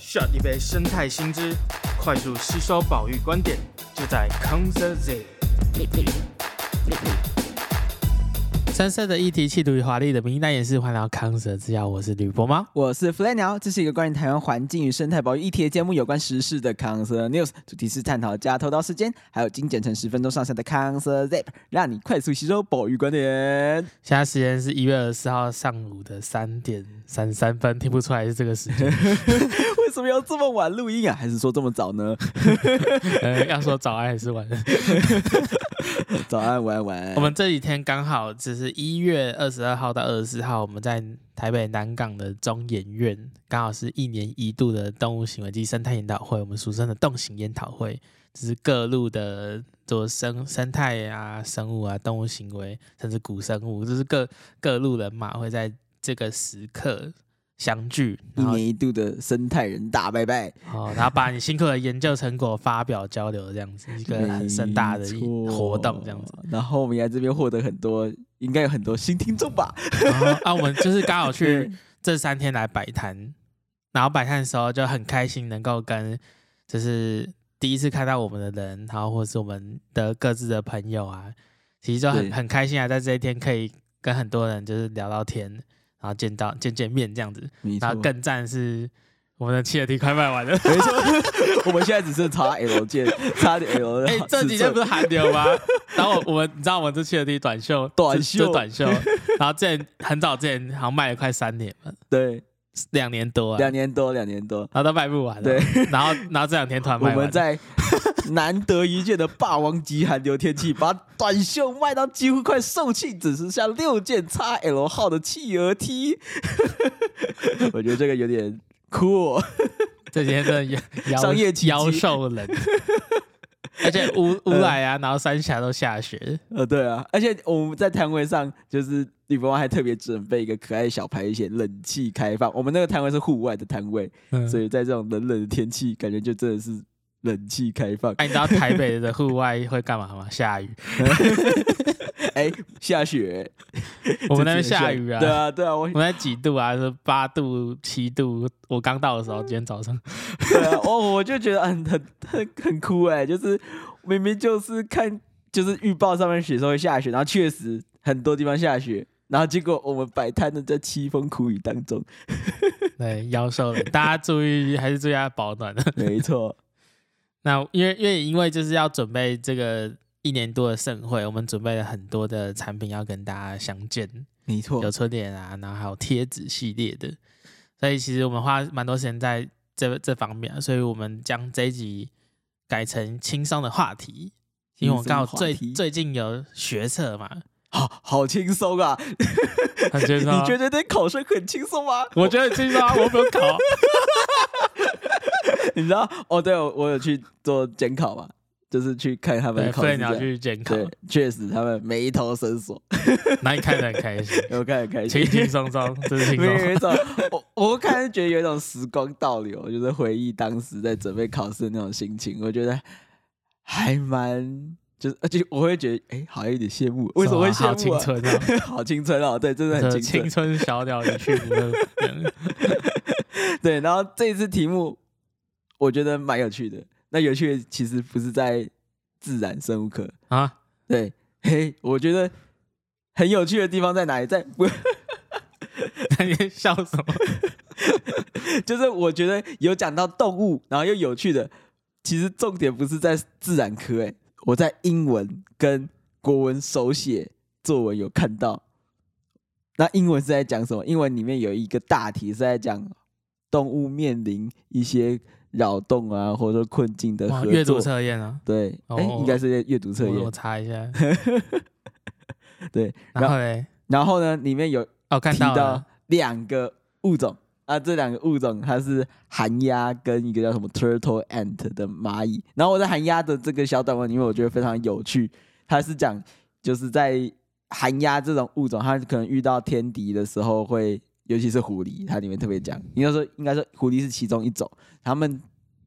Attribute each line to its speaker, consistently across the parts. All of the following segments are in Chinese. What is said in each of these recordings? Speaker 1: shot 一杯生态新知，快速吸收保育观点，就在 Concert Z。深色的议题，气度与华丽的名义，那也是欢迎来到康舍之钥，我是吕博猫。
Speaker 2: 我是弗雷鸟，这是一个关于台湾环境与生态保育议题的节目，有关时事的 Concern News，主题是探讨加偷刀事件，还有精简成十分钟上下的 Concern Zip，让你快速吸收保育观点。
Speaker 1: 现在时间是一月二十四号上午的三点三十三分，听不出来是这个时 间。
Speaker 2: 为什么要这么晚录音啊？还是说这么早呢？
Speaker 1: 呃，要说早安还是晚安？
Speaker 2: 早安，晚安，晚安。
Speaker 1: 我们这几天刚好就是一月二十二号到二十四号，我们在台北南港的中研院，刚好是一年一度的动物行为暨生态研讨会，我们俗称的动行研讨会，就是各路的做生生态啊、生物啊、动物行为，甚至古生物，就是各各路人马会在这个时刻相聚，
Speaker 2: 一
Speaker 1: 然后
Speaker 2: 年一度的生态人大拜拜，
Speaker 1: 哦，然后把你辛苦的研究成果发表交流，这样子一个很盛大的一
Speaker 2: 没错
Speaker 1: 活动，这样子。。
Speaker 2: 然后我们也在这边获得很多，应该有很多新听众吧？
Speaker 1: 然后啊，我们就是刚好 去这三天来摆摊，然后摆摊的时候就很开心，能够跟就是第一次看到我们的人，然后或是我们的各自的朋友啊，其实就很
Speaker 2: 对
Speaker 1: 很开心啊，在这一天可以跟很多人就是聊到天，然后见到见见面这样子，
Speaker 2: 没
Speaker 1: 然
Speaker 2: 错
Speaker 1: 后，更赞是我们的切尔提快卖完了。
Speaker 2: 没错， 我们现在只剩差 L 键，差点 L 的
Speaker 1: 哎、
Speaker 2: 尺
Speaker 1: 这几天
Speaker 2: 寸
Speaker 1: 不是寒流吗？然后我我们，你知道我们这期的第一短袖，
Speaker 2: 短
Speaker 1: 就就
Speaker 2: 袖
Speaker 1: 短袖。然后之前很早之前好像卖了快三年吧，
Speaker 2: 对，
Speaker 1: 两年多啊，
Speaker 2: 两年多，两年多。
Speaker 1: 然后都卖不完了。
Speaker 2: 对，
Speaker 1: 然后然后这两天突然
Speaker 2: 我
Speaker 1: 卖完了，
Speaker 2: 们在难得一见的霸王级寒流天气，把短袖卖到几乎快售罄，只剩下六件 XL 号的企鹅 T。我觉得这个有点酷、哦
Speaker 1: 这几天真的妖妖
Speaker 2: 商业奇迹嗯
Speaker 1: 妖兽 冷，而且乌乌来啊，然后三峡都下雪，
Speaker 2: 呃，对啊，而且我们在摊位上，就是女朋友还特别准备一个可爱小牌写冷气开放。我们那个摊位是户外的摊位，
Speaker 1: 嗯
Speaker 2: 所以在这种冷冷的天气，感觉就真的是冷气开放。
Speaker 1: 哎、你知道台北的户外会干嘛吗？下 雨，
Speaker 2: 哎、下雪，
Speaker 1: 我们那边
Speaker 2: 这次也
Speaker 1: 下雨啊。
Speaker 2: 对啊，对啊，我
Speaker 1: 我们在几度啊？是八度、七度。我刚到的时候，今天早上，
Speaker 2: 对啊，我我就觉得很很很很酷哎、就是明明就是看就是预报上面写说会下雪，然后确实很多地方下雪，然后结果我们摆摊的在凄风苦雨当中，
Speaker 1: 对妖兽冷，大家注意还是注意要保暖 的。
Speaker 2: 没错，
Speaker 1: 那因为因为因为就是要准备这个一年多的盛会，我们准备了很多的产品要跟大家相见，
Speaker 2: 没错
Speaker 1: 有春联啊，然后还有贴纸系列的，所以其实我们花蛮多时间在这这方面啊、所以我们将这一集改成轻松的话题，因为我刚好最最近有学测嘛，
Speaker 2: 好好轻松啊！
Speaker 1: 很轻
Speaker 2: 你
Speaker 1: 松啊。
Speaker 2: 觉得对考生很轻松吗？
Speaker 1: 我觉得很轻松啊，我没有考，
Speaker 2: 你知道哦？对，我我有去做监考嘛，就是去看他们
Speaker 1: 对，
Speaker 2: 的考
Speaker 1: 所以
Speaker 2: 试
Speaker 1: 你
Speaker 2: 这
Speaker 1: 要
Speaker 2: 样。
Speaker 1: 去监考，
Speaker 2: 对，确实他们眉头深锁，
Speaker 1: 那你看得很开心，
Speaker 2: 我看很开心
Speaker 1: 轻。轻松松，真是轻
Speaker 2: 没
Speaker 1: 松
Speaker 2: 有。有一种，我我看是觉得有一种时光倒流，就是回忆当时在准备考试的那种心情，我觉得还蛮，就是而且我会觉得，哎、好像有点羡慕，为什么会羡慕、啊？
Speaker 1: 好青，春啊？
Speaker 2: 好青春哦，对，真的很
Speaker 1: 这
Speaker 2: 青春
Speaker 1: 青。春小鸟一去不复返。
Speaker 2: 对，然后这一次题目我觉得蛮有趣的，那有趣的其实不是在自然生物课，
Speaker 1: 啊，
Speaker 2: 对，嘿，我觉得很有趣的地方在哪里？在不
Speaker 1: 那你笑什 么？
Speaker 2: 就是我觉得有讲到动物，然后又有趣的，其实重点不是在自然科、欸，我在英文跟国文手写作文有看到。那英文是在讲什么？英文里面有一个大题是在讲动物面临一些扰动啊，或者说困境的
Speaker 1: 哇，
Speaker 2: 合
Speaker 1: 阅读
Speaker 2: 作。
Speaker 1: 测验啊，
Speaker 2: 对，哎、
Speaker 1: 哦
Speaker 2: 应该是阅读测
Speaker 1: 我我
Speaker 2: 验。
Speaker 1: 查一下。
Speaker 2: 对，
Speaker 1: 然后嘞，
Speaker 2: 然后呢，里面有
Speaker 1: 哦，看
Speaker 2: 提
Speaker 1: 到
Speaker 2: 到
Speaker 1: 了，
Speaker 2: 两个物种啊，这两个物种它是寒鸦跟一个叫什么 turtle ant 的蚂蚁。然后我在寒鸦的这个小短文里面，我觉得非常有趣，它是讲就是在寒鸦这种物种，它可能遇到天敌的时候会，尤其是狐狸，它里面特别讲，应该说应该说狐狸是其中一种，它们。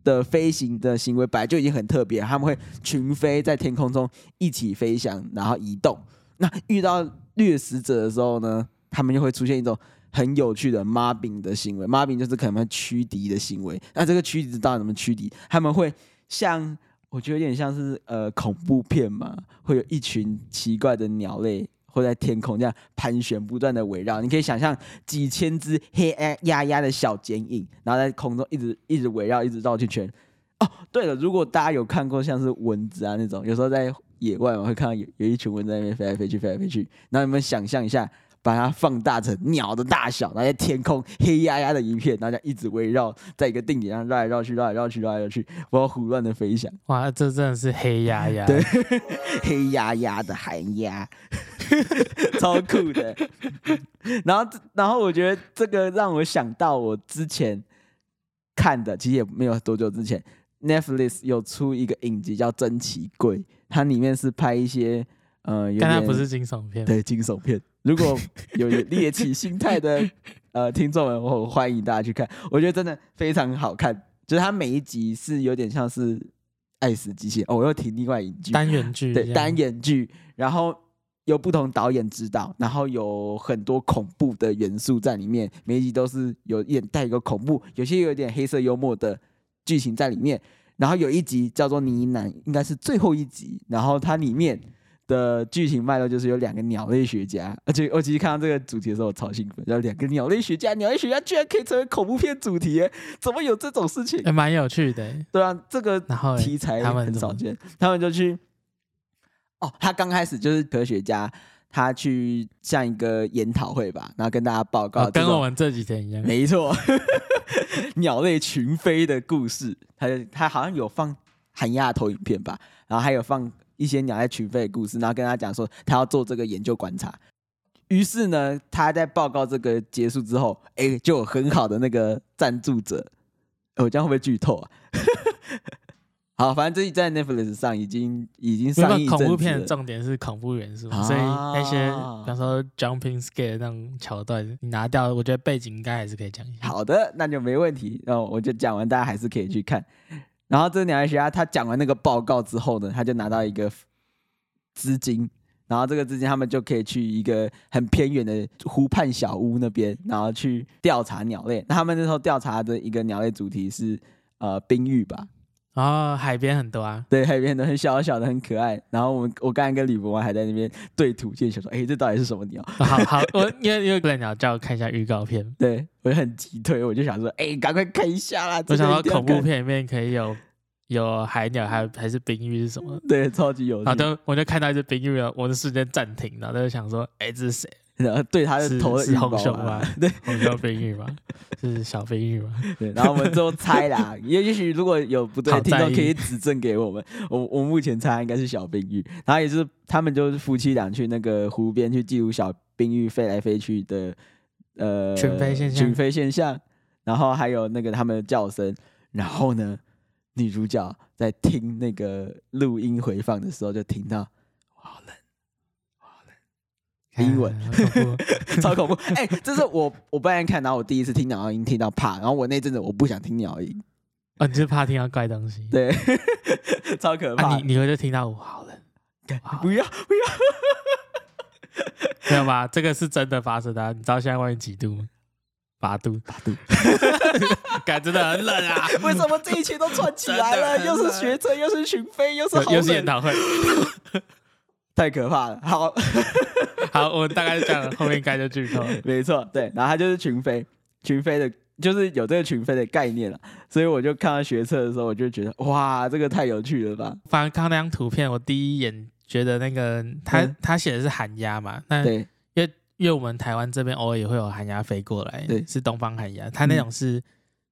Speaker 2: 的飞行的行为本来就已经很特别，它们会群飞在天空中一起飞翔，然后移动。那遇到掠食者的时候呢，他们就会出现一种很有趣的 mobbing 的行为，mobbing 就是可能会驱敌的行为。那这个驱敌到底怎么驱敌？他们会像我觉得有点像是呃恐怖片嘛，会有一群奇怪的鸟类会在天空这样盘旋不断的围绕。你可以想象几千只黑压压的小剪影，然后在空中一直一直围绕，一直绕圈圈。哦，对了，如果大家有看过像是蚊子啊那种，有时候在野外嘛会看到有有一群蚊子在那边飞来飞去，飞来飞去。然后你们想象一下，把它放大成鸟的大小，然后在天空黑压压的一片，然后这样一直围绕在一个定点上绕来绕去，绕来绕去，绕来绕去，我要胡乱的飞翔，
Speaker 1: 哇，这真的是黑压压。
Speaker 2: 对黑压压的寒鸦，超酷的。然后这，然后我觉得这个让我想到我之前看的，其实也没有多久之前，Netflix 有出一个影集叫《珍奇柜》，它里面是拍一些呃，有
Speaker 1: 但它
Speaker 2: 点
Speaker 1: 不是惊悚片。
Speaker 2: 对惊悚片。如果有猎奇心态的呃听众们，我欢迎大家去看，我觉得真的非常好看。就是它每一集是有点像是爱死机器人，哦，我又提另外一句，
Speaker 1: 单元剧这
Speaker 2: 对
Speaker 1: 样，
Speaker 2: 单眼剧，然后由不同导演指导，然后有很多恐怖的元素在里面，每一集都是有一点带一个恐怖，有些有一点黑色幽默的剧情在里面。然后有一集叫做《呢喃》，应该是最后一集，然后它里面的剧情脉络就是有两个鸟类学家，而且我其实看到这个主题的时候，我超兴奋，然后两个鸟类学家，鸟类学家居然可以成为恐怖片主题耶，怎么有这种 事情？
Speaker 1: 也蛮有趣的。
Speaker 2: 对啊，这个
Speaker 1: 然后
Speaker 2: 题材
Speaker 1: 他们
Speaker 2: 很
Speaker 1: 怎
Speaker 2: 少
Speaker 1: 么
Speaker 2: 见，他们就去哦，他刚开始就是科学家，他去像一个研讨会吧，然后跟大家报告、
Speaker 1: 哦跟
Speaker 2: 这种
Speaker 1: 我们这几天一样，
Speaker 2: 没错， 鸟类群飞的故事，他就他好像有放韩亚的投影片吧，然后还有放一些鸟类群飞的故事，然后跟他讲说他要做这个研究观察。于是呢，他在报告这个结束之后，哎，就有很好的那个赞助者，诶我这样会不会剧透啊？ 好，反正这一在 Netflix 上已经已经
Speaker 1: 因
Speaker 2: 上映
Speaker 1: 为
Speaker 2: 一
Speaker 1: 恐
Speaker 2: 阵
Speaker 1: 怖
Speaker 2: 子
Speaker 1: 片的
Speaker 2: 了
Speaker 1: 重点是恐怖元素，所以那些
Speaker 2: 啊
Speaker 1: 比方说 jumping scare 那种桥段，你拿掉，我觉得背景应该还是可以讲一下。
Speaker 2: 好的，那就没问题。那我就讲完，大家还是可以去看。然后这个鸟类学家他讲完那个报告之后呢，他就拿到一个资金，然后这个资金他们就可以去一个很偏远的湖畔小屋那边，然后去调查鸟类。那他们那时候调查的一个鸟类主题是呃冰玉吧，
Speaker 1: 然后海边很多啊，
Speaker 2: 对，海边都很小小的，很可爱。然后我们我刚才跟李博文还在那边对图鉴，想说，哎，这到底是什么鸟？
Speaker 1: 哦好好，我因为因为 Glen 鸟叫我看一下预告片，
Speaker 2: 对我就很急推，我就想说，哎，赶快看一下啦！
Speaker 1: 我
Speaker 2: 这个
Speaker 1: 想到
Speaker 2: 一定要
Speaker 1: 恐怖
Speaker 2: 看，
Speaker 1: 片里面可以有有海鸟，还有还是冰玉是什么的。
Speaker 2: 对，超级有趣。
Speaker 1: 然后就我就看到一只冰玉了，我就瞬间暂停，然后就想说，哎，这是谁？
Speaker 2: 然后对他的
Speaker 1: 是
Speaker 2: 头的啊
Speaker 1: 是
Speaker 2: 羽毛
Speaker 1: 红熊
Speaker 2: 嘛
Speaker 1: 吗？
Speaker 2: 对
Speaker 1: 红熊冰玉吗？是小冰玉吗？
Speaker 2: 对，然后我们最后猜 啦，也也许如果有不对的
Speaker 1: 好
Speaker 2: 听众
Speaker 1: 在意
Speaker 2: 可以指正给我们。我我目前猜应该是小冰玉，然后也是他们就是夫妻俩去那个湖边去记录小冰玉飞来飞去的呃
Speaker 1: 群飞现象
Speaker 2: 群飞现象，然后还有那个他们的叫声，然后呢，女主角在听那个录音回放的时候就听到。英文
Speaker 1: 看哎好恐怖哦
Speaker 2: 超恐怖！ 哎、这是我我半夜看，然后我第一次听鸟音听到怕，然后我那阵子我不想听鸟音，
Speaker 1: 哦，你就是怕听到怪东西。
Speaker 2: 对， 超可怕！
Speaker 1: 啊，你你会就听到我好了，
Speaker 2: 干
Speaker 1: 哇
Speaker 2: 不要不要！
Speaker 1: 没有吧？这个是真的发生的啊、你知道现在外面几度吗？八度，八度， 感真的很冷 啊！
Speaker 2: 为什么这一切都串起来了？
Speaker 1: 真的
Speaker 2: 又
Speaker 1: 很冷
Speaker 2: 是学车，又是群飞，又是好
Speaker 1: 又又是
Speaker 2: 冷
Speaker 1: 研讨会，
Speaker 2: 太可怕了。好，
Speaker 1: 好，我们大概就这样了，后面应该就剧透了。
Speaker 2: 没错，对，然后它就是群飞，群飞的，就是有这个群飞的概念了。所以我就看到学车的时候，我就觉得哇，这个太有趣了吧？
Speaker 1: 反正看到那张图片，我第一眼觉得那个他、
Speaker 2: 嗯
Speaker 1: 他写的是寒鸦嘛，那
Speaker 2: 对，
Speaker 1: 因为我们台湾这边偶尔也会有寒鸦飞过来，
Speaker 2: 对嗯
Speaker 1: 是东方寒鸦，它那种是、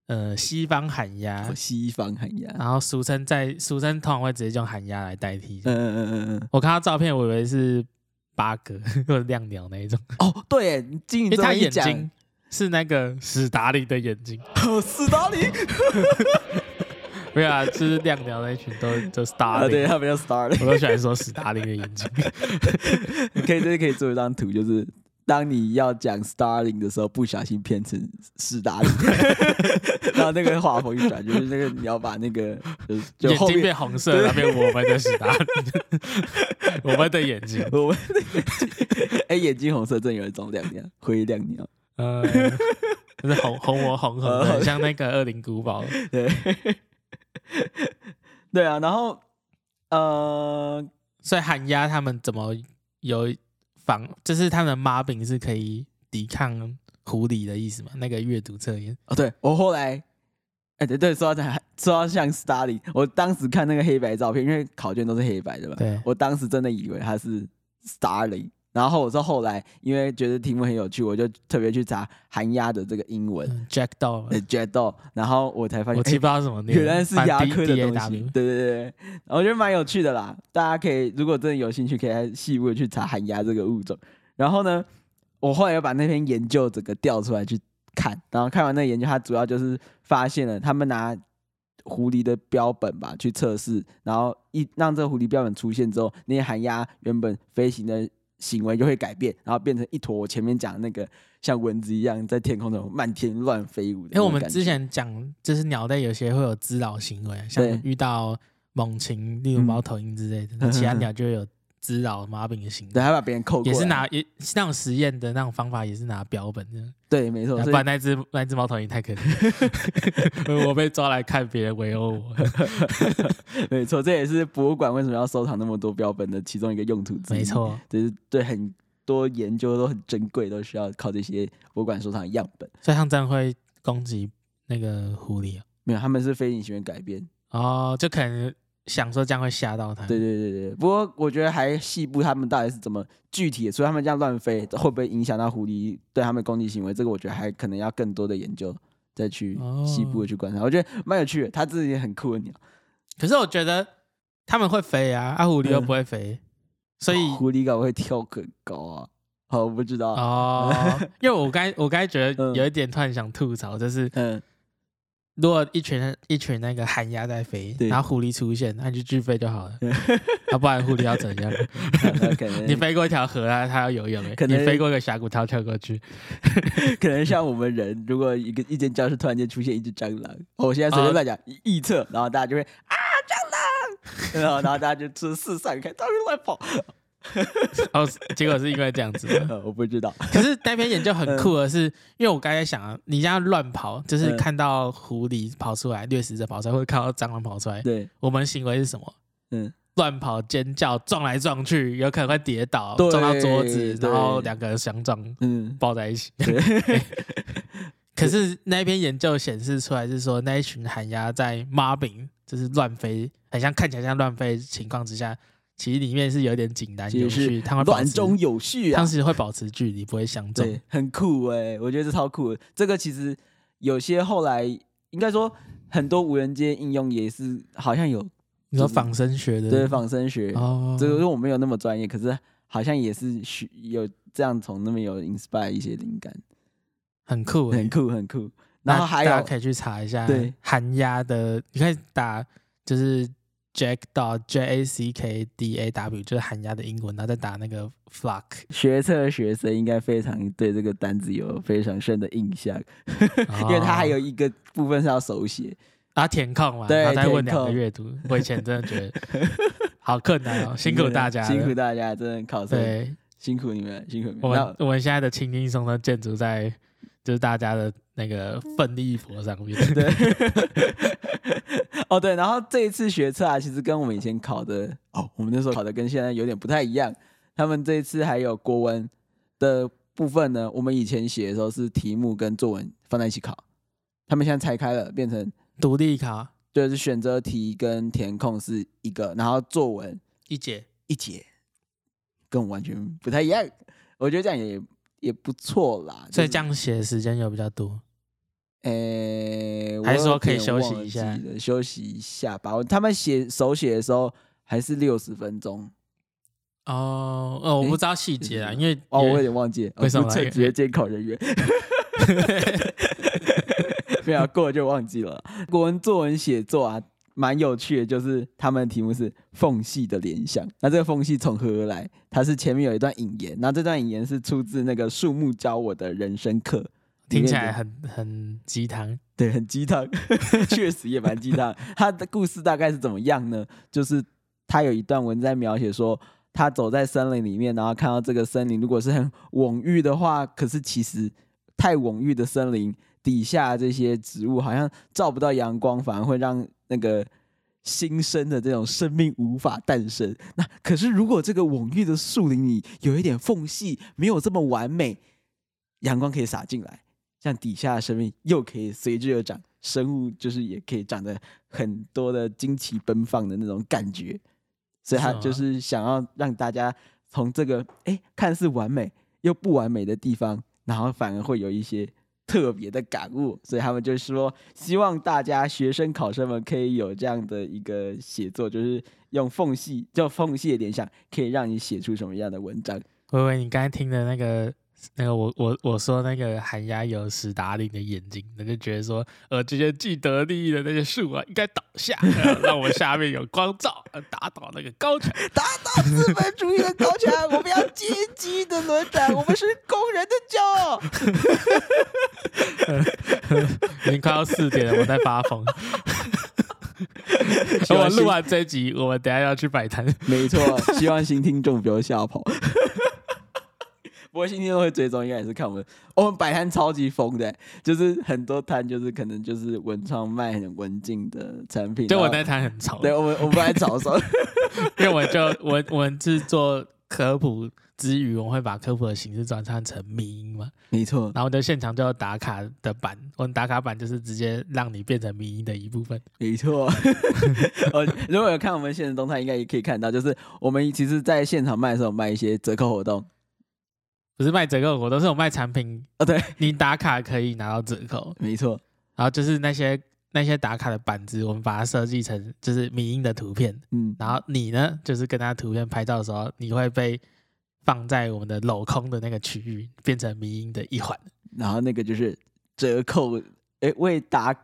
Speaker 1: 呃西方寒鸦，
Speaker 2: 西方很呀，
Speaker 1: 然后俗称在俗称通常会直接用寒鸦来代替。
Speaker 2: 嗯嗯嗯嗯嗯，
Speaker 1: 我看到照片，我以为是八哥 或者亮鸟那一种，
Speaker 2: 哦，对耶，你经
Speaker 1: 因
Speaker 2: 你
Speaker 1: 为
Speaker 2: 这么
Speaker 1: 它
Speaker 2: 一
Speaker 1: 眼
Speaker 2: 讲，
Speaker 1: 睛是那个史达利的眼睛，
Speaker 2: 死达 里
Speaker 1: 没有啊，就是亮鸟那一群都都史达
Speaker 2: 啊， 对，
Speaker 1: 利，
Speaker 2: 他们叫 Star
Speaker 1: 我都喜欢说史达利的眼睛。
Speaker 2: 你可以这可以做一张图，就是当你要讲 Starling 的时候，不小心变成史达林， 然后那个画风一转，就是那个你要把那个就是就
Speaker 1: 眼
Speaker 2: 后
Speaker 1: 睛
Speaker 2: 面
Speaker 1: 变红色，那边我们的史达利， 我们的眼睛。
Speaker 2: 我们那个哎、眼睛红色，真有一种亮亮灰亮鸟，
Speaker 1: 呃，就是哄哄我哄哄的，
Speaker 2: 呃
Speaker 1: 很像那个恶灵古堡。
Speaker 2: 对， 对啊，然后呃，
Speaker 1: 所以韩鸭他们怎么有防，就是他们的妈饼是可以抵抗狐狸的意思嘛？那个阅读测验，
Speaker 2: 哦，对我后来，哎、对对，说到这还，说到像 study，我当时看那个黑白照片，因为考卷都是黑白的嘛，
Speaker 1: 对
Speaker 2: 我当时真的以为他是 starling，然后我是后来因为觉得题目很有趣，我就特别去查韩鸭的这个英文
Speaker 1: 嗯，Jack Dog，
Speaker 2: 的 j e t 然后我才发
Speaker 1: 我
Speaker 2: 现，
Speaker 1: 其
Speaker 2: 哎
Speaker 1: 实不知道怎么念，
Speaker 2: 原来是
Speaker 1: 反正
Speaker 2: 牙
Speaker 1: D-
Speaker 2: 科的
Speaker 1: D A
Speaker 2: 东西
Speaker 1: W，
Speaker 2: 对对对，对我觉得蛮有趣的啦。大家可以如果真的有兴趣，可以来细部地去查寒鸦这个物种。然后呢，我后来又把那篇研究整个调出来去看，然后看完那个研究，它主要就是发现了他们拿狐狸的标本吧去测试，然后一让这个狐狸标本出现之后，那些寒鸦原本飞行的行为就会改变，然后变成一坨我前面讲的那个像蚊子一样在天空中漫天乱飞舞的那
Speaker 1: 因为
Speaker 2: 种
Speaker 1: 我
Speaker 2: 感觉。
Speaker 1: 们之前讲，就是鸟类有些会有滋扰行为啊，像
Speaker 2: 对
Speaker 1: 遇到猛禽，例如
Speaker 2: 嗯
Speaker 1: 猫头鹰之类的，那其他鸟就会有滋扰麻饼的行
Speaker 2: 对，
Speaker 1: 为。
Speaker 2: 还把别人扣过
Speaker 1: 也是
Speaker 2: 来
Speaker 1: 拿也是那种实验的那种方法，也是拿标本的。啊
Speaker 2: 对，没错，
Speaker 1: 不
Speaker 2: 所以
Speaker 1: 然那只那只猫头鹰太可怜了，我 被抓来看别人围殴我。
Speaker 2: 没错，这也是博物馆为什么要收藏那么多标本的其中一个用途之一。
Speaker 1: 没，错，
Speaker 2: 就是对很多研究都很珍贵，都需要靠这些博物馆收藏的样本。
Speaker 1: 所以他们这样会攻击那个狐狸啊
Speaker 2: 没有，他们是飞行行为改变。
Speaker 1: 哦，就可能想说这样会吓到它。
Speaker 2: 对对对对，不过我觉得还细部他们到底是怎么具体的，所以他们这样乱飞会不会影响到狐狸对他们的攻击行为？这个我觉得还可能要更多的研究再去
Speaker 1: 哦
Speaker 2: 细部的去观察。我觉得蛮有趣的，它自己很酷的鸟，
Speaker 1: 可是我觉得他们会飞啊，啊狐狸又
Speaker 2: 嗯
Speaker 1: 不会飞，所以
Speaker 2: 狐狸搞不好会跳很高啊。好，我不知道。
Speaker 1: 哦，因为我刚才我刚才觉得有一点突然想吐槽，就是
Speaker 2: 嗯，
Speaker 1: 如果一群一群那个寒鸦在飞，
Speaker 2: 对
Speaker 1: 然后狐狸出现，那你就拒飞就 好了，啊，不然狐狸要怎样？
Speaker 2: 那可能
Speaker 1: 你飞过一条河啊，它要游泳欸
Speaker 2: 可能
Speaker 1: 你飞过一个峡谷，它要跳过 去。
Speaker 2: 可能像我们人，如果一个一间教室突然间出现一只蟑螂，哦我现在随
Speaker 1: 啊
Speaker 2: 便乱讲一臆测，然后大家就会啊蟑螂， 然后然后大家就出四散开，他们乱跑，
Speaker 1: 哦，结果是因为这样子吗。
Speaker 2: 呃我不知道，
Speaker 1: 可是那篇研究很酷的是，因为我刚才想啊，你这样乱跑，就是
Speaker 2: 嗯
Speaker 1: 看到狐狸跑出来、掠食者跑出来，或者看到蟑螂跑出来，
Speaker 2: 对
Speaker 1: 我们行为是什么？
Speaker 2: 嗯，
Speaker 1: 乱跑、尖叫、撞来撞去，有可能会跌倒，
Speaker 2: 对
Speaker 1: 撞到桌子，
Speaker 2: 对
Speaker 1: 然后两个人相撞
Speaker 2: 嗯，
Speaker 1: 抱在一起。
Speaker 2: 对
Speaker 1: 可是那篇研究显示出来是说，那一群寒鸦在 mobbing，就是乱飞，很像看起来像乱飞的情况之下，其实里面是有点井然有
Speaker 2: 其实
Speaker 1: 序，他们会保
Speaker 2: 乱
Speaker 1: 持，
Speaker 2: 中有序
Speaker 1: 他
Speaker 2: 啊
Speaker 1: 们，其实会保持距离，不会相撞。
Speaker 2: 对，很酷哎、我觉得这超酷的。这个其实有些后来应该说很多无人机应用也是好像有
Speaker 1: 你说
Speaker 2: 就是
Speaker 1: 仿生学的
Speaker 2: 对仿生学，
Speaker 1: 哦，
Speaker 2: 这个因为我没有那么专业，可是好像也是需有这样从那边有 inspire 一些灵感。
Speaker 1: 很酷欸，
Speaker 2: 很酷很酷。
Speaker 1: 那
Speaker 2: 然后还
Speaker 1: 大家
Speaker 2: 有
Speaker 1: 可以去查一下，
Speaker 2: 对
Speaker 1: 韩鸭的，你可以打就是 Jack 到 J A C K D A W，就是韩鸭的英文，然后再打那个 flock
Speaker 2: 学测的学生应该非常对这个单字有非常深的印象，
Speaker 1: 哦
Speaker 2: 因为它还有一个部分是要手写。
Speaker 1: 啊填空嘛，
Speaker 2: 对
Speaker 1: 然后再问
Speaker 2: 填
Speaker 1: 两
Speaker 2: 空
Speaker 1: 个阅读，我以前真的觉 得好困难哦，辛苦大家了，
Speaker 2: 辛苦大家，真的考生
Speaker 1: 对
Speaker 2: 辛苦你们了，辛苦你
Speaker 1: 我
Speaker 2: 们。
Speaker 1: 们
Speaker 2: 那
Speaker 1: 我们现在的轻轻松松建筑在就是大家的那个奋力一搏上面，
Speaker 2: 对，哦对，然后这一次学测啊，其实跟我们以前考的哦，我们那时候考的跟现在有点不太一样。他们这一次还有国文的部分呢，我们以前写的时候是题目跟作文放在一起考，他们现在拆开了，变成
Speaker 1: 独立考
Speaker 2: 就是选择题跟填空是一个，然后作文
Speaker 1: 一节。
Speaker 2: 一节，跟我完全不太一样。我觉得这样也也不错啦。
Speaker 1: 所以
Speaker 2: 就是
Speaker 1: 这，样写的时间有比较多，
Speaker 2: 诶、我
Speaker 1: 还是说
Speaker 2: 有
Speaker 1: 可以
Speaker 2: 点
Speaker 1: 休息
Speaker 2: 忘
Speaker 1: 一下
Speaker 2: 记了，休息一下吧。我他们写手写的时候还是六十分钟，
Speaker 1: 哦，呃，我不知道细节啊，
Speaker 2: 诶
Speaker 1: 因为
Speaker 2: 哦，我
Speaker 1: 也
Speaker 2: 有点忘记了，
Speaker 1: 为什么
Speaker 2: 我不称职业监考人员？ 没有过了就忘记了。国文作文写作啊，蛮有趣的，就是他们的题目是缝隙的联想。那这个缝隙从何而来？它是前面有一段引言，那这段引言是出自那个树木教我的人生课。
Speaker 1: 听起
Speaker 2: 里面
Speaker 1: 来
Speaker 2: 的
Speaker 1: 很很鸡汤，
Speaker 2: 对，很鸡汤， 确实也蛮鸡汤。他的故事大概是怎么样呢？就是他有一段文在描写说，他走在森林里面，然后看到这个森林如果是很蓊郁的话，可是其实太蓊郁的森林底下这些植物好像照不到阳光，反而会让那个新生的这种生命无法诞生。那可是如果这个蓊郁的树林里有一点缝隙，没有这么完美，阳光可以洒进来，这样底下的生命又可以随之而长，生物就是也可以长得很多的惊奇奔放的那种感觉。所以他
Speaker 1: 是吗
Speaker 2: 就是想要让大家从这个哎看似完美又不完美的地方，然后反而会有一些特别的感悟。所以他们就说，希望大家学生考生们可以有这样的一个写作，就是用缝隙，就缝隙的联想，可以让你写出什么样的文章。
Speaker 1: 微微，你刚才听的那个那个我，我我说那个寒鸦有史达林的眼睛，那就觉得说，呃，这些既得利益的那些树啊，应该倒下，呃让我下面有光照，呃打倒那个高墙。
Speaker 2: 打倒资本主义的高墙，我们要阶级的轮转，我们是工人的骄傲。
Speaker 1: 已经快要四点了，我在发 疯。
Speaker 2: 希
Speaker 1: 我
Speaker 2: 望
Speaker 1: 们录
Speaker 2: 新
Speaker 1: 完这一集，我们等一下要去摆摊。
Speaker 2: 没错，希望新听众不要吓跑。 不过新听众会追踪，应该也是看我们，我们摆摊超级疯的欸、就是很多摊就是可能就是文创卖很文静的产品。
Speaker 1: 就我
Speaker 2: 然后
Speaker 1: 那摊很吵，
Speaker 2: 对我们我们本来 早上
Speaker 1: 因为我就我我们是做科普之余，我们会把科普的形式转换成迷音嘛，
Speaker 2: 没错，
Speaker 1: 然后我就现场就有打卡的版，我们打卡版就是直接让你变成迷音的一部分。
Speaker 2: 没错，呃，如果有看我们现实动态，应该也可以看到，就是我们其实在现场卖的时候卖一些折扣活动，
Speaker 1: 不是卖折扣活动，是有卖产品
Speaker 2: 哦对，
Speaker 1: 你打卡可以拿到折扣。
Speaker 2: 没错，
Speaker 1: 然后就是那些那些打卡的板子，我们把它设计成就是迷音的图片，
Speaker 2: 嗯，
Speaker 1: 然后你呢，就是跟他图片拍照的时候，你会被放在我们的镂空的那个区域，变成迷音的一环。
Speaker 2: 然后那个就是折扣，诶，为打
Speaker 1: 比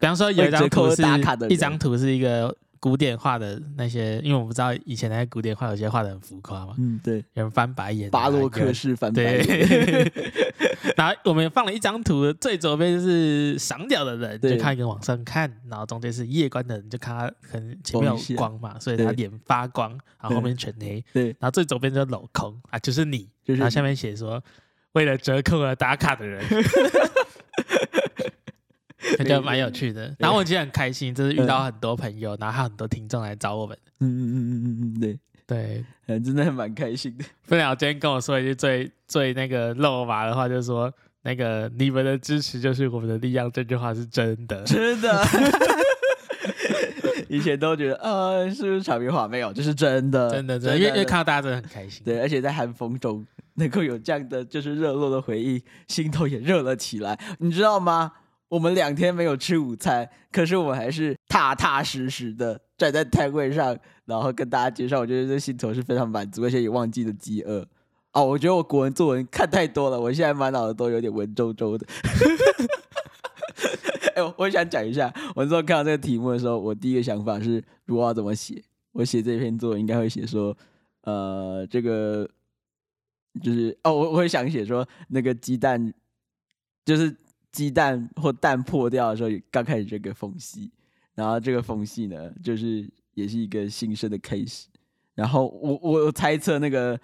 Speaker 1: 方说有一张图
Speaker 2: 会折扣
Speaker 1: 是
Speaker 2: 打卡的人
Speaker 1: 一张图是一个古典画的那些，因为我不知道以前那些古典画有些画的很浮夸嘛，
Speaker 2: 嗯，对，
Speaker 1: 有人翻白眼啊、
Speaker 2: 巴洛克
Speaker 1: 有
Speaker 2: 式翻白
Speaker 1: 对
Speaker 2: 眼，。
Speaker 1: 然后我们放了一张图，最左边就是赏鸟的人，
Speaker 2: 对
Speaker 1: 就看一个往上看，然后中间是夜观的人，就看他可能前面
Speaker 2: 光
Speaker 1: 有
Speaker 2: 线
Speaker 1: 光嘛，所以他
Speaker 2: 对
Speaker 1: 脸发光，然后后面全黑，
Speaker 2: 对
Speaker 1: 然后最左边就是镂空啊，就是你，
Speaker 2: 就是
Speaker 1: 然后
Speaker 2: 你
Speaker 1: 下面写说为了折扣而打卡 的人。我觉得蛮有趣的，然后我其实很开心，就是遇到很多朋友，然后还有很多听众来找我们。
Speaker 2: 嗯嗯嗯嗯嗯嗯，对，
Speaker 1: 对，
Speaker 2: 嗯，真的还蛮开心的。
Speaker 1: 分鸟今天跟我说一句最最那个肉麻的话，就是说那个你们的支持就是我们的力量，这句话是 真的。
Speaker 2: 真的。 以前都觉得，呃，是不是场面话？没有，这是真的，
Speaker 1: 真的，真的，因为因为看到大家真的很开心。
Speaker 2: 对，而且在寒风中能够有这样的就是热络的回忆，心头也热了起来。你知道吗？我们两天没有吃午餐，可是我们还是踏踏实实的站在摊位上，然后跟大家介绍。我觉得这心头是非常满足，而且也忘记了饥饿。哦，我觉得我国文作文看太多了，我现在满脑子都有点文绉绉的。 哎、我我想讲一下，我那时候看到这个题目的时候，我第一个想法是，如果要怎么写，我写这篇作文应该会写说，呃，这个就是哦，我我会想写说那个鸡蛋，就是鸡蛋或蛋破掉的时候，刚开始这个缝隙，然后这个缝隙呢，就是也是一个新生的开始。然后我我我猜测那个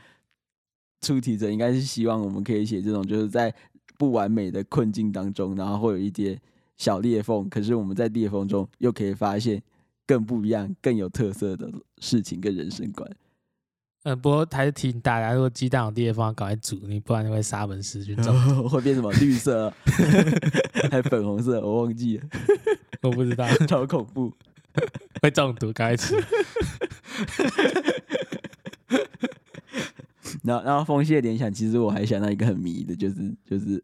Speaker 2: 出题者应该是希望我们可以写这种，就是在不完美的困境当中，然后会有一些小裂缝，可是我们在裂缝中又可以发现更不一样、更有特色的事情跟人生观。
Speaker 1: 嗯，不过还是提醒大家，如果鸡蛋有地方赶快煮，你不然就会沙门氏菌 中。
Speaker 2: 会变什么绿色，啊 还粉红色，我忘记了，
Speaker 1: 我不知道
Speaker 2: 超恐怖。
Speaker 1: 会中毒，赶快吃。
Speaker 2: 然后，然后风系的联想，其实我还想到一个很迷的，就是就是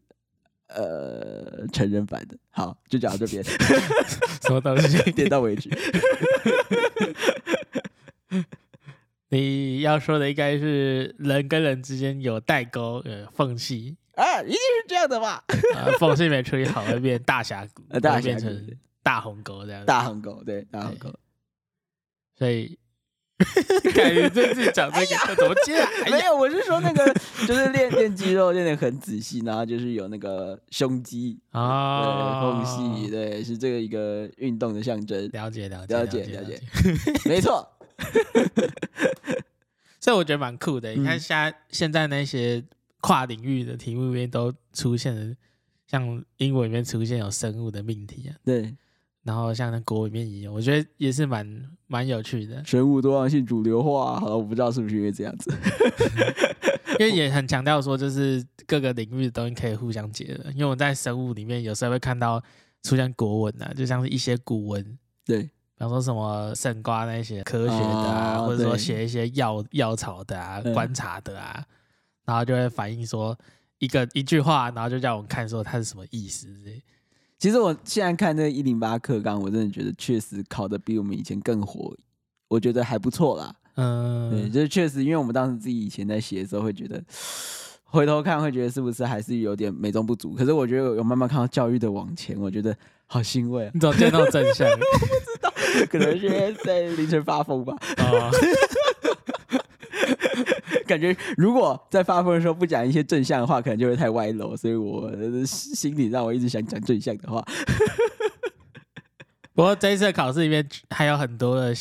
Speaker 2: 呃成人版的。好，就讲到 这边，
Speaker 1: 什么东西？
Speaker 2: 点到为止。
Speaker 1: 你要说的应该是人跟人之间有代沟、呃缝隙，
Speaker 2: 啊，一定是这样的吧？
Speaker 1: 呃，缝隙没处理好会变大峡谷，
Speaker 2: 呃大
Speaker 1: 会变
Speaker 2: 峡谷
Speaker 1: 成
Speaker 2: 对
Speaker 1: 大鸿沟这样子。
Speaker 2: 大横狗，对，大横狗。
Speaker 1: 所 以感觉这次讲这个这怎么接啊？哎
Speaker 2: 没
Speaker 1: 呀，
Speaker 2: 有，我是说那个，就是练练肌肉练得很仔细，然后就是有那个胸肌，对，
Speaker 1: 啊
Speaker 2: 缝隙，对，是这个一个运动的象 征。
Speaker 1: 了解了解
Speaker 2: 了
Speaker 1: 解
Speaker 2: 解了解
Speaker 1: 解，
Speaker 2: 没错，
Speaker 1: 所以我觉得蛮酷的。你看
Speaker 2: 嗯
Speaker 1: 现在现在那些跨领域的题目里面都出现了像英文里面出现有生物的命题啊，
Speaker 2: 对，
Speaker 1: 然后像那国文里面也有，我觉得也是蛮蛮有趣的，
Speaker 2: 生物多样性主流化。好了，我不知道是不是因为这样子。
Speaker 1: 因为也很强调说，就是各个领域的东西可以互相结合。因为我在生物里面有时候会看到出现国文啊，就像是一些古文，
Speaker 2: 对，
Speaker 1: 比方说什么圣瓜那些科学的啊，
Speaker 2: 哦
Speaker 1: 或者说
Speaker 2: 对
Speaker 1: 写一些药药草的啊、
Speaker 2: 嗯
Speaker 1: 观察的啊，然后就会反映说一个一句话，然后就叫我们看说它是什么意思之类。
Speaker 2: 其实我现在看那个一零八课纲，我真的觉得确实考的比我们以前更火，我觉得还不错啦。对，
Speaker 1: 嗯，
Speaker 2: 就是确实，因为我们当时自己以前在写的时候，会觉得回头看会觉得是不是还是有点美中不足。可是我觉得有有慢慢看到教育的往前，我觉得好欣慰啊。
Speaker 1: 你怎么见到正 向？
Speaker 2: 可能是因为在凌晨发疯吧，
Speaker 1: 哦，
Speaker 2: 感觉如果在发疯的时候不讲一些正向的话，可能就会太歪楼。所以我呃心里让我一直想讲正向的话。
Speaker 1: 不过这一次的考试里面还有很多的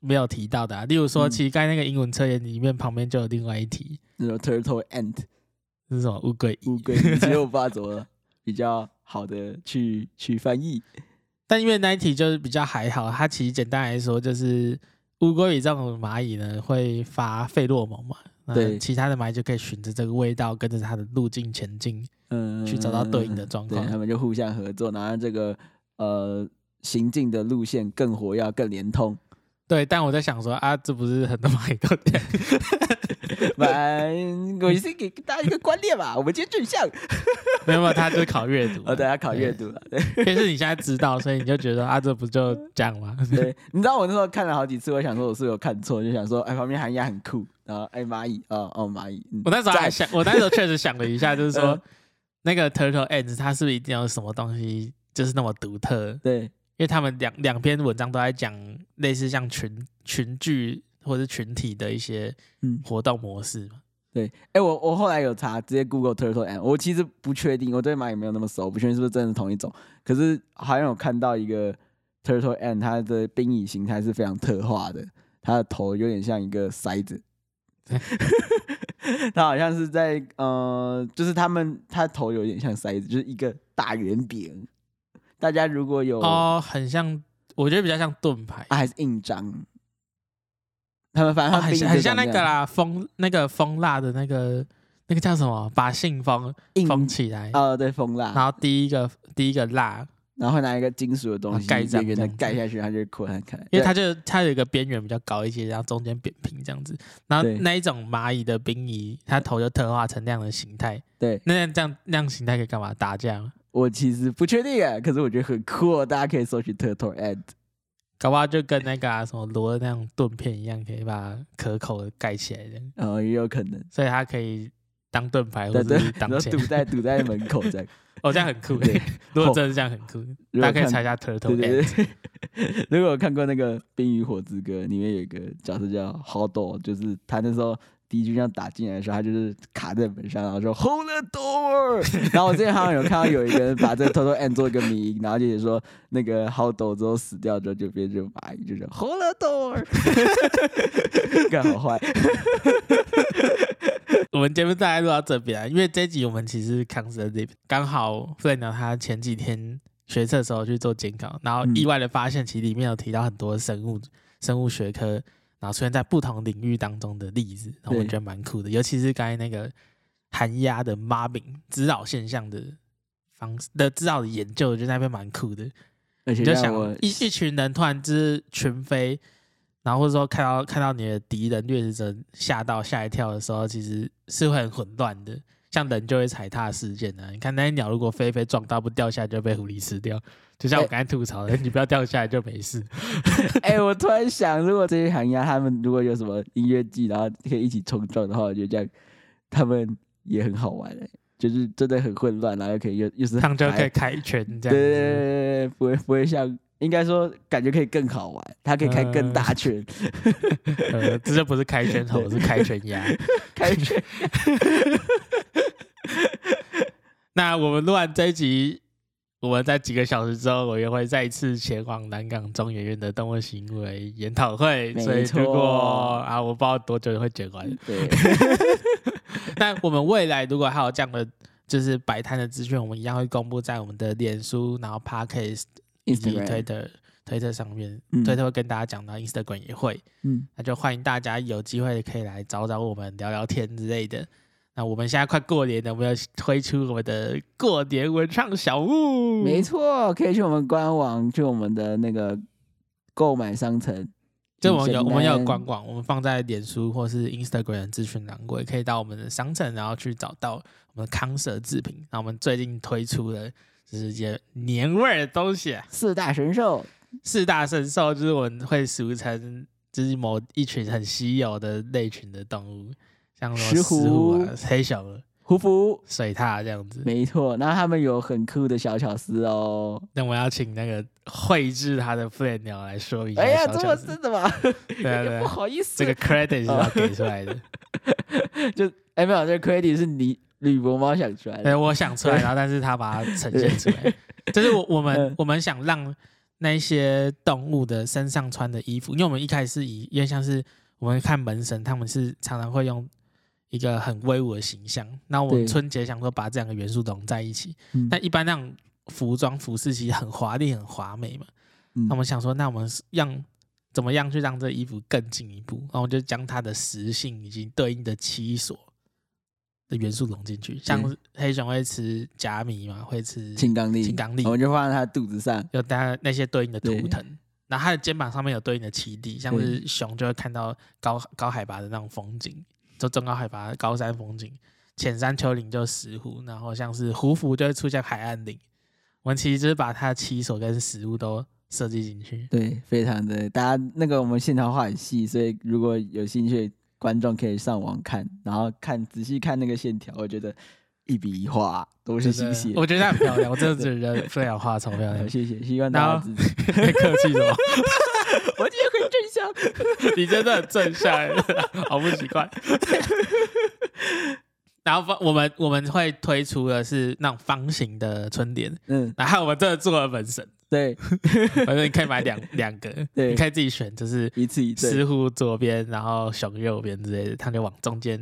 Speaker 1: 没有提到的、啊，例如说，
Speaker 2: 嗯
Speaker 1: 其实刚才那个英文测验里面旁边就有另外一题，
Speaker 2: 那种 turtle ant
Speaker 1: 是什么乌龟
Speaker 2: 乌龟，其实我不知道怎么比较好的去去翻译。
Speaker 1: 但因为那一题就是比较还好，它其实简单来说就是乌龟与这种蚂蚁呢会发费洛蒙嘛，那
Speaker 2: 对
Speaker 1: 其他的蚂蚁就可以循着这个味道，跟着它的路径前进。
Speaker 2: 嗯，
Speaker 1: 去找到对应的状况
Speaker 2: 对他们就互相合作，然后让这个呃行进的路线更活跃、更连通。
Speaker 1: 对，但我在想说啊，这不是很多蚂蚁都这样？
Speaker 2: 反正我是给大家一个观念吧，我们今天正向，
Speaker 1: 没有没有，它就是考阅读。啊
Speaker 2: 呃，大家考阅 读了。对
Speaker 1: 对，但是你现在知道，所以你就觉得啊，这不就这样吗？
Speaker 2: 对，你知道我那时候看了好几次，我想说我是不是有看错，就想说哎旁边含鸭很酷，然后哎蚂蚁，哦哦蚂蚁，嗯
Speaker 1: 我那时候 还
Speaker 2: 在
Speaker 1: 想，我那时候确实想了一下，就是说、
Speaker 2: 嗯
Speaker 1: 那个 turtle ends，它是不是一定有什么东西就是那么独特？
Speaker 2: 对
Speaker 1: 因为他们两两篇文章都在讲类似像群群聚或者是群体的一些
Speaker 2: 嗯
Speaker 1: 活动模式嘛。
Speaker 2: 对，哎我我后来有查，直接 Google turtle and，我其实不确定，我对蚂蚁没有那么熟，不确定是不是真的同一种，可是好像有看到一个 turtle and，它的兵蚁形态是非常特化的，它的头有点像一个筛子。 它好像是在呃，就是他们它头有点像筛子，就是一个大圆饼。大家如果有、
Speaker 1: 哦，很像，我觉得比较像盾牌，
Speaker 2: 啊，还是印章，他们反正
Speaker 1: 哦
Speaker 2: 他
Speaker 1: 很
Speaker 2: 啊兵
Speaker 1: 像
Speaker 2: 蚁
Speaker 1: 很
Speaker 2: 就
Speaker 1: 像
Speaker 2: 长
Speaker 1: 那
Speaker 2: 这
Speaker 1: 个
Speaker 2: 样
Speaker 1: 啦，封那个封蜡的那个那个叫什么？把信封
Speaker 2: 印
Speaker 1: 封起来，
Speaker 2: 啊、对，蜂蜡，
Speaker 1: 然后第一个第一个蜡，
Speaker 2: 然后会拿一个金属的东西
Speaker 1: 啊盖章
Speaker 2: 圆圆的
Speaker 1: 这样子嗯
Speaker 2: 盖下去，它就会扩散开来。
Speaker 1: 因为
Speaker 2: 对
Speaker 1: 它就它有一个边缘比较高一些，然后中间扁平这样子。然后
Speaker 2: 对
Speaker 1: 那一种蚂蚁的兵蚁，它头就特化成那样的形态。
Speaker 2: 对
Speaker 1: 那样这样那样形态可以干嘛？打架吗？
Speaker 2: 我其实不确定啊，可是我觉得很酷、哦，大家可以搜取 turtle and
Speaker 1: 搞不好就跟那个、啊、什么罗的那种盾片一样，可以把壳口盖起来的，
Speaker 2: 呃，也有可能。
Speaker 1: 所以它可以当盾牌或
Speaker 2: 对
Speaker 1: 者
Speaker 2: 对
Speaker 1: 是，
Speaker 2: 然
Speaker 1: 当
Speaker 2: 后
Speaker 1: 钱
Speaker 2: 堵。在堵在门口这样，
Speaker 1: 哦，这样 很酷
Speaker 2: 对。
Speaker 1: 如果真的是这样很酷，
Speaker 2: 如果
Speaker 1: 大家可以
Speaker 2: 看
Speaker 1: 查一下 Turtle
Speaker 2: 对
Speaker 1: Ant。
Speaker 2: 对对。 如果有看过那个《冰与火之歌》，里面有一个角色叫 h o d o 就是他那时候第一局这样打进来的时候，他就是卡在门上，然后说 Hold the door。然后我之前好像有看到有一个人把这个 Total N 做一个迷因，然后就写说那个 h o d o 之后死掉之后就变成蚂蚁，就是 Hold the door。干 好坏，
Speaker 1: 我们节目大概录到这边啊，因为这一集我们其实是 conservative，刚好 f l a n 他前几天学测的时候去做监考，然后
Speaker 2: 嗯
Speaker 1: 意外的发现，其实里面有提到很多生物生物学科，然后出现在不同领域当中的例子，然后我
Speaker 2: 对
Speaker 1: 觉得蛮酷的，尤其是刚才那个寒鸦的 mobbing 指导现象的方式的指导的研究，我觉得那边蛮酷的。
Speaker 2: 而且
Speaker 1: 你就
Speaker 2: 让
Speaker 1: 想
Speaker 2: 我
Speaker 1: 一一群人突然之群飞，然后或者说看到看到你的敌人掠食者吓到吓一跳的时候，其实是会很混乱的。像人就会踩踏的事件呢、啊你看那些鸟如果飞飞撞到不掉下来就被狐狸吃掉，就像我
Speaker 2: 哎
Speaker 1: 刚才吐槽的，你不要掉下来就没 事。
Speaker 2: 哎、我突然想，如果这些行业他们如果有什么音乐季，然后可以一起冲撞的话，我觉得这样他们也很好玩、欸，就是真的很混乱，然后又可以又又是
Speaker 1: 他们就
Speaker 2: 很
Speaker 1: 可以
Speaker 2: 嗨
Speaker 1: 开拳这
Speaker 2: 对
Speaker 1: 样
Speaker 2: 对
Speaker 1: 子。
Speaker 2: 对对，不会不会像，应该说感觉可以更好玩，他可以开
Speaker 1: 嗯
Speaker 2: 更大圈，
Speaker 1: 呃，这就不是开拳头，是开拳压。
Speaker 2: 开圈
Speaker 1: 那我们录完这一集，我们在几个小时之后，我也会再次前往南港中研院的动物行为研讨会。
Speaker 2: 没
Speaker 1: 所以如
Speaker 2: 错
Speaker 1: 果啊， 我不知道多久会剪完，
Speaker 2: 对，
Speaker 1: 但我们未来如果还有这样的就是摆摊的资讯，我们一样会公布在我们的脸书，然后 Podcast 以及
Speaker 2: Instagram，
Speaker 1: Twitter、Twitter 上面，
Speaker 2: 嗯
Speaker 1: Twitter 会跟大家讲到，Instagram 也会。
Speaker 2: 嗯，
Speaker 1: 那就欢迎大家有机会可以来找找我们聊聊天之类的。那我们现在快过年了，我们要推出我们的过年文创小物，
Speaker 2: 没错，可以去我们官网，去我们的那个购买商城，
Speaker 1: 就我们有
Speaker 2: 很简单
Speaker 1: 我们有官网，我们放在脸书或是 Instagram 的资讯栏位，可以到我们的商城，然后去找到我们康舍制品。那我们最近推出了就是一些年味儿的东西、啊，
Speaker 2: 四大神兽，
Speaker 1: 四大神兽就是我们会俗称就是某一群很稀有的类群的动物，像什么
Speaker 2: 石
Speaker 1: 石虎啊
Speaker 2: 虎、
Speaker 1: 黑熊、
Speaker 2: 胡服，
Speaker 1: 水獭这样子。
Speaker 2: 没错。然后他们有很酷的小巧思哦。
Speaker 1: 那我要请那个绘制它的飞鸟来说一下
Speaker 2: 哎呀，
Speaker 1: 小
Speaker 2: 这
Speaker 1: 巧
Speaker 2: 么
Speaker 1: 思。
Speaker 2: 真的吗？
Speaker 1: 对啊对
Speaker 2: 不
Speaker 1: 啊，
Speaker 2: 好意思，
Speaker 1: 这个 credit 是要给出来的。
Speaker 2: 就哎没有，这 credit 是你吕伯猫想出来的
Speaker 1: 对，。我想出来，然后但是他把它呈现出来，就是我我们
Speaker 2: 嗯
Speaker 1: 我们想让那些动物的身上穿的衣服，因为我们一开始是以因为像是我们看门神，他们是常常会用一个很威武的形象，那我们
Speaker 2: 对
Speaker 1: 春节想说把这两个元素融在一起，
Speaker 2: 嗯
Speaker 1: 但一般那种服装服饰其实很华丽、很华美嘛，
Speaker 2: 嗯
Speaker 1: 那我们想说，那我们是让怎么样去让这衣服更进一步？然后我们就将它的实性以及对应的七所的元素融进去，像
Speaker 2: 嗯
Speaker 1: 是黑熊会吃甲米嘛，会吃
Speaker 2: 青哦刚力，
Speaker 1: 青刚力
Speaker 2: 我们就放在它肚子上。
Speaker 1: 有它那些对应的图
Speaker 2: 对
Speaker 1: 腾，然后它的肩膀上面有对应的栖地，像是熊就会看到高高海拔的那种风景，就中高海拔的高山风景，浅山丘陵就石虎，然后像是胡服就会出现海岸林。我们其实就是把它的七所跟食物都设计进去。
Speaker 2: 对，非常的，大家那个我们线条画很细，所以如果有兴趣的观众可以上网看，然后看仔细看那个线条，我觉得一笔一画都是
Speaker 1: 真
Speaker 2: 心
Speaker 1: 的
Speaker 2: 血。
Speaker 1: 我觉得她很漂亮，我真的觉得飞鸟画超漂 亮
Speaker 2: 好，谢谢，希
Speaker 1: 然
Speaker 2: 望大家
Speaker 1: 后
Speaker 2: 支持。
Speaker 1: 太客气了吧，
Speaker 2: 我今天很正向。
Speaker 1: 你真的很正向欸，好不习惯。然后我们我们会推出的是那种方形的春联，
Speaker 2: 嗯，
Speaker 1: 然后我们真的做了门神，
Speaker 2: 对，
Speaker 1: 反正你可以买两两个，
Speaker 2: 对
Speaker 1: 你可以自己选，就是
Speaker 2: 一次一次。
Speaker 1: 石虎左边，然后熊右边之类的，它就往中间，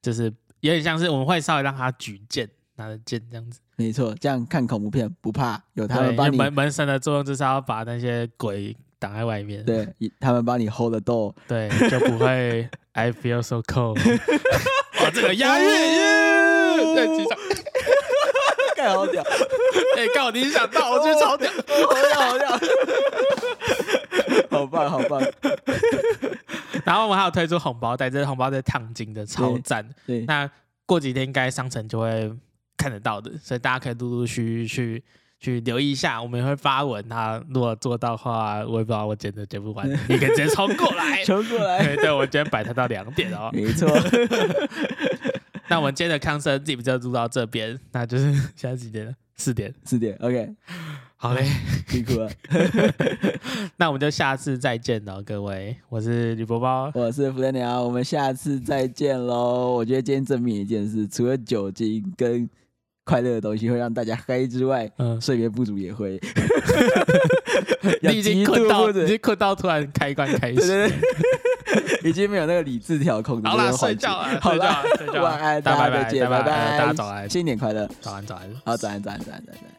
Speaker 1: 就是有点像是我们会稍微让它举剑，拿着剑这样子。
Speaker 2: 没错，这样看恐怖片不怕，有他
Speaker 1: 对，
Speaker 2: 们
Speaker 1: 因为
Speaker 2: 帮你，
Speaker 1: 门门神的作用就是要把那些鬼挡在外面。
Speaker 2: 对，他们帮你 hold 得住。
Speaker 1: 对，就不会 I feel so cold。哇，这个押韵耶！ 在机场，
Speaker 2: 哦盖好屌，哦
Speaker 1: 哎、刚好你想到，我觉得超屌。
Speaker 2: 好屌，好屌，好棒，好棒。
Speaker 1: 然后我们还有推出红包袋，这是红包袋烫金的，超赞。
Speaker 2: 对，
Speaker 1: 那过几天应该商城就会看得到的，所以大家可以陆陆续续去去留意一下，我们也会发文。那如果做到的话，我也不知道我剪都剪不完，你可以直接冲过来。
Speaker 2: 球过来，
Speaker 1: 对，对我今天摆摊到两点 哦。
Speaker 2: 没错。
Speaker 1: 那我们今天的康生 tip 就录到这边，那就是现在几点了？四点。
Speaker 2: 四点，OK，
Speaker 1: 好 嘞，
Speaker 2: 辛苦了。
Speaker 1: 那我们就下次再见喽，各位。我是吕伯 包，
Speaker 2: 我是弗雷尼啊，我们下次再见喽。我觉得今天证明一件事，除了酒精跟快乐的东西会让大家嗨之外，
Speaker 1: 嗯，
Speaker 2: 睡眠不足也会。要
Speaker 1: 你已经
Speaker 2: 极度
Speaker 1: 困到，
Speaker 2: 不足
Speaker 1: 你已经困到突然开关开
Speaker 2: 对
Speaker 1: 始。
Speaker 2: 对对，已 经没有那个理智调控的
Speaker 1: 好
Speaker 2: 这
Speaker 1: 啦，
Speaker 2: 个
Speaker 1: 睡
Speaker 2: 环节。
Speaker 1: 觉了，
Speaker 2: 好
Speaker 1: 睡觉
Speaker 2: 啦
Speaker 1: 了，睡觉了，
Speaker 2: 晚安，
Speaker 1: 大家
Speaker 2: 大家
Speaker 1: 拜
Speaker 2: 再
Speaker 1: 拜，
Speaker 2: 见，
Speaker 1: 拜
Speaker 2: 拜
Speaker 1: 大家早安，
Speaker 2: 新年快乐。
Speaker 1: 早安，早安。
Speaker 2: 好，早安，早安，早安，早安，早安。